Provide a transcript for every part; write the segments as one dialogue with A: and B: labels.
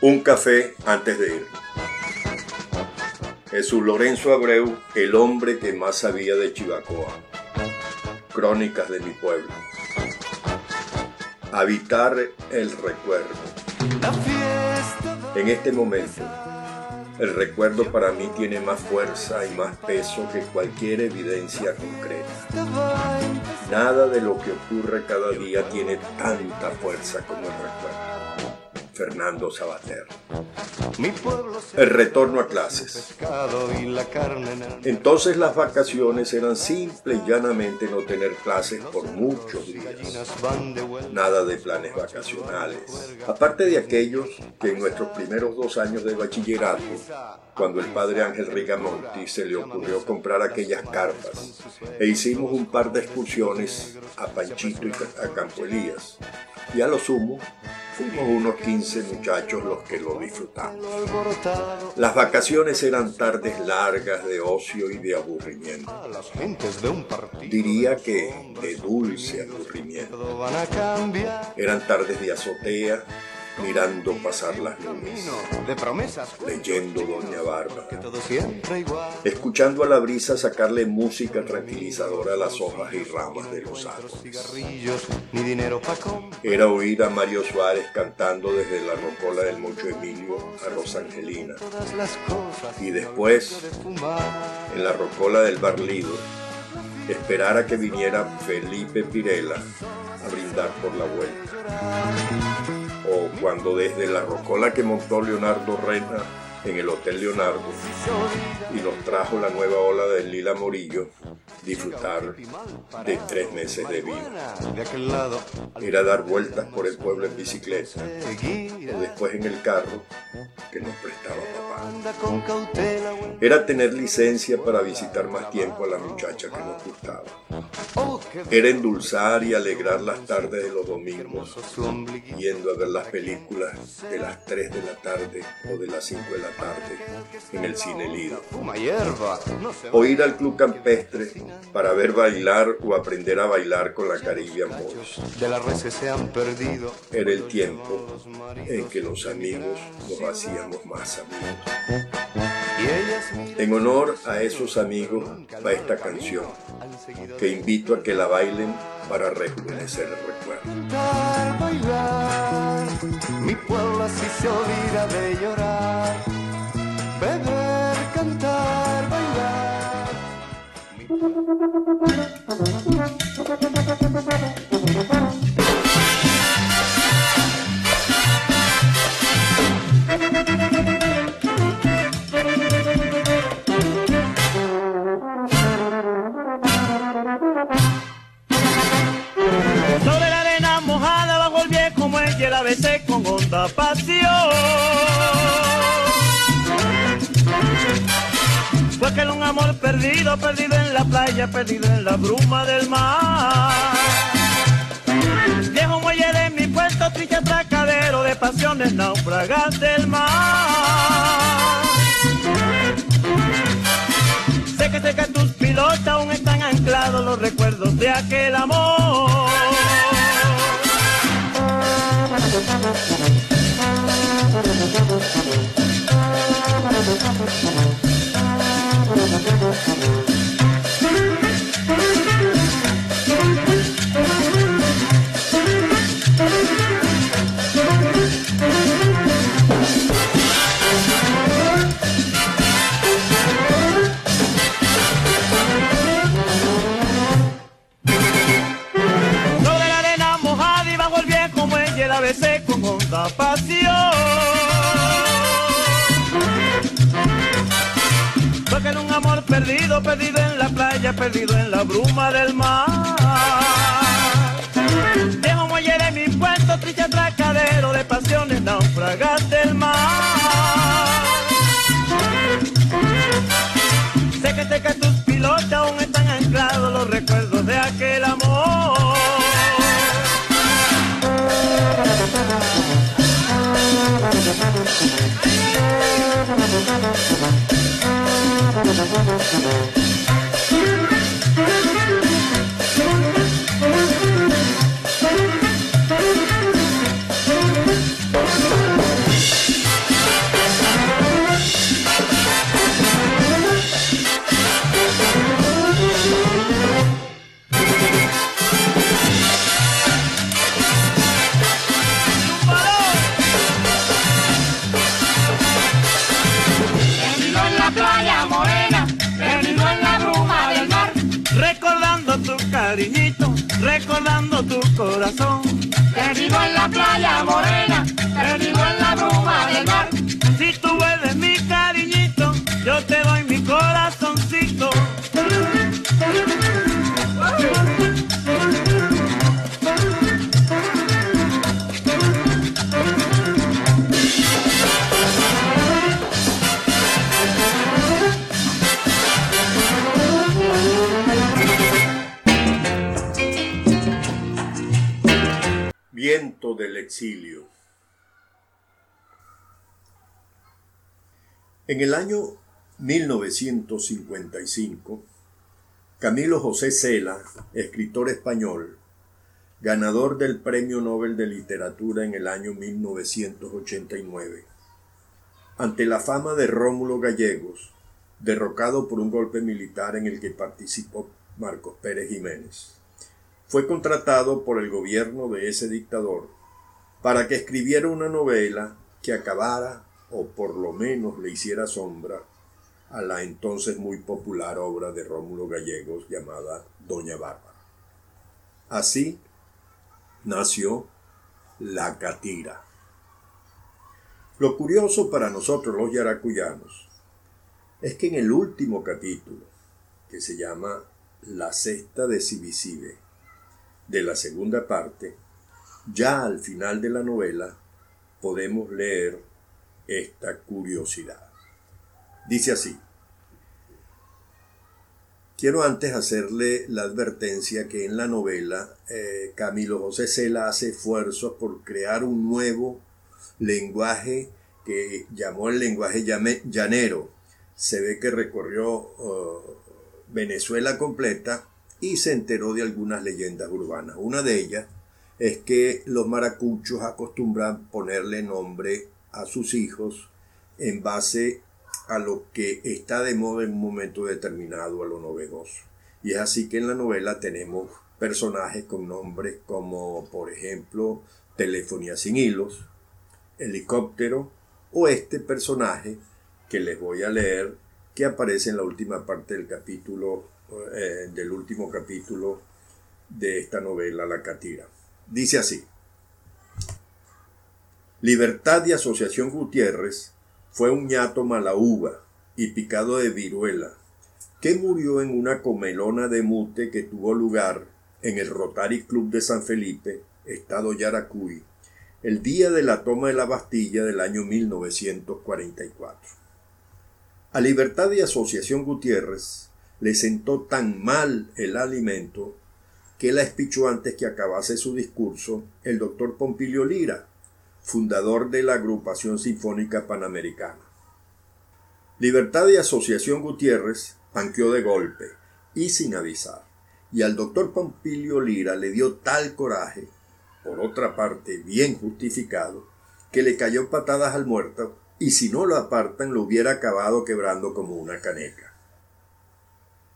A: Un café antes de ir. Jesús Lorenzo Abreu, el hombre que más sabía de Chivacoa. Crónicas de mi pueblo. Habitar el recuerdo. En este momento, el recuerdo para mí tiene más fuerza y más peso que cualquier evidencia concreta. Nada de lo que ocurre cada día tiene tanta fuerza como el recuerdo. Fernando Sabater. El retorno a clases. Entonces las vacaciones eran simple y llanamente no tener clases por muchos días. Nada de planes vacacionales. Aparte de aquellos que en nuestros primeros dos años de bachillerato, cuando el padre Ángel Rigamonti se le ocurrió comprar aquellas carpas, e hicimos un par de excursiones a Panchito y a Campo Elías. Y a lo sumo, fuimos unos 15 muchachos los que lo disfrutamos. Las vacaciones eran tardes largas de ocio y de aburrimiento. Diría que de dulce aburrimiento. Eran tardes de azotea, mirando pasar las nubes, leyendo Doña Bárbara, escuchando a la brisa sacarle música tranquilizadora a las hojas y ramas de los árboles. Era oír a Mario Suárez cantando desde la rocola del Mocho Emilio a Rosa Angelina, y después, en la rocola del Barlido, esperar a que viniera Felipe Pirela a brindar por la vuelta o cuando desde la rocola que montó Leonardo Rena en el Hotel Leonardo y nos trajo la nueva ola de Lila Morillo, disfrutar de tres meses de vida. Era dar vueltas por el pueblo en bicicleta o después en el carro que nos prestaba papá. Era tener licencia para visitar más tiempo a la muchacha que nos gustaba.
B: Oh,
A: Era endulzar y alegrar las tardes de los domingos, yendo a ver las películas de las 3 de la tarde o de las 5 de la tarde en el cine Lido. O ir al club campestre para ver bailar o aprender a bailar con la Caribbean Boys. Era el tiempo en que los amigos nos hacíamos más amigos. En honor a esos amigos va esta canción, que invito a que la bailen para rejuvenecer el recuerdo.
B: Mi pueblo así se olvida de llorar, beber, cantar, bailar.
C: Sobre la arena mojada la golpeé como el que la besé con honda pasión. Fue aquel un amor perdido, perdido en la playa, perdido en la bruma del mar. Viejo muelle de mi puerto, triste atracadero de pasiones naufragas del mar. Sé que cerca de tus pilotas aún están anclados los recuerdos de aquel amor. con honda pasión. Fue que era un amor perdido, perdido en la playa, perdido en la bruma del mar. Dejo muelle de mi puerto, triste atracadero de pasiones naufragas del mar. Sé que te que tus pilotos aún están anclados los recuerdos de aquel amor. Thank you. tu cariñito, recordando tu corazón.
D: Te digo en la playa morena, te digo en la bruma del mar.
C: Si tú vuelves mi cariñito, yo te doy mi corazoncito.
A: Viento del exilio. En el año 1955, Camilo José Cela, escritor español, ganador del Premio Nobel de Literatura en el año 1989, ante la fama de Rómulo Gallegos, derrocado por un golpe militar en el que participó Marcos Pérez Jiménez, fue contratado por el gobierno de ese dictador para que escribiera una novela que acabara o por lo menos le hiciera sombra a la entonces muy popular obra de Rómulo Gallegos llamada Doña Bárbara. Así nació La Catira. Lo curioso para nosotros los yaracuyanos es que en el último capítulo, que se llama La cesta de Sibisibe, de la segunda parte, ya al final de la novela podemos leer esta curiosidad. Dice así. Quiero antes hacerle la advertencia que en la novela eh, Camilo José Cela hace esfuerzos por crear un nuevo lenguaje que llamó el lenguaje llame, llanero. Se ve que recorrió uh, Venezuela completa y se enteró de algunas leyendas urbanas. Una de ellas es que los maracuchos acostumbran ponerle nombre a sus hijos en base a lo que está de moda en un momento determinado, a lo novedoso. Y es así que en la novela tenemos personajes con nombres como, por ejemplo, Telefonía sin hilos, Helicóptero o este personaje que les voy a leer que aparece en la última parte del capítulo, eh, del último capítulo de esta novela, La Catira. Dice así. Libertad y Asociación Gutiérrez fue un ñato malauba y picado de viruela, que murió en una comelona de mute que tuvo lugar en el Rotary Club de San Felipe, estado Yaracuy, el día de la toma de la Bastilla del año 1944. A Libertad y Asociación Gutiérrez le sentó tan mal el alimento que la espichó antes que acabase su discurso el doctor Pompilio Lira, fundador de la agrupación sinfónica panamericana. Libertad y Asociación Gutiérrez panqueó de golpe y sin avisar, y al doctor Pompilio Lira le dio tal coraje, por otra parte bien justificado, que le cayó patadas al muerto y si no lo apartan lo hubiera acabado quebrando como una caneca.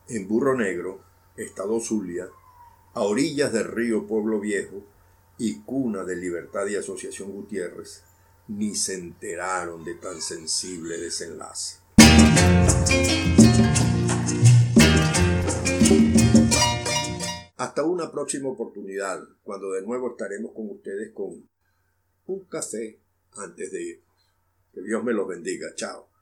A: En Burro Negro, Estado Zulia, a orillas del río Pueblo Viejo, y cuna de libertad y asociación Gutiérrez, ni se enteraron de tan sensible desenlace. Hasta una próxima oportunidad, cuando de nuevo estaremos con ustedes con un café antes de irnos. Que Dios me los bendiga. Chao.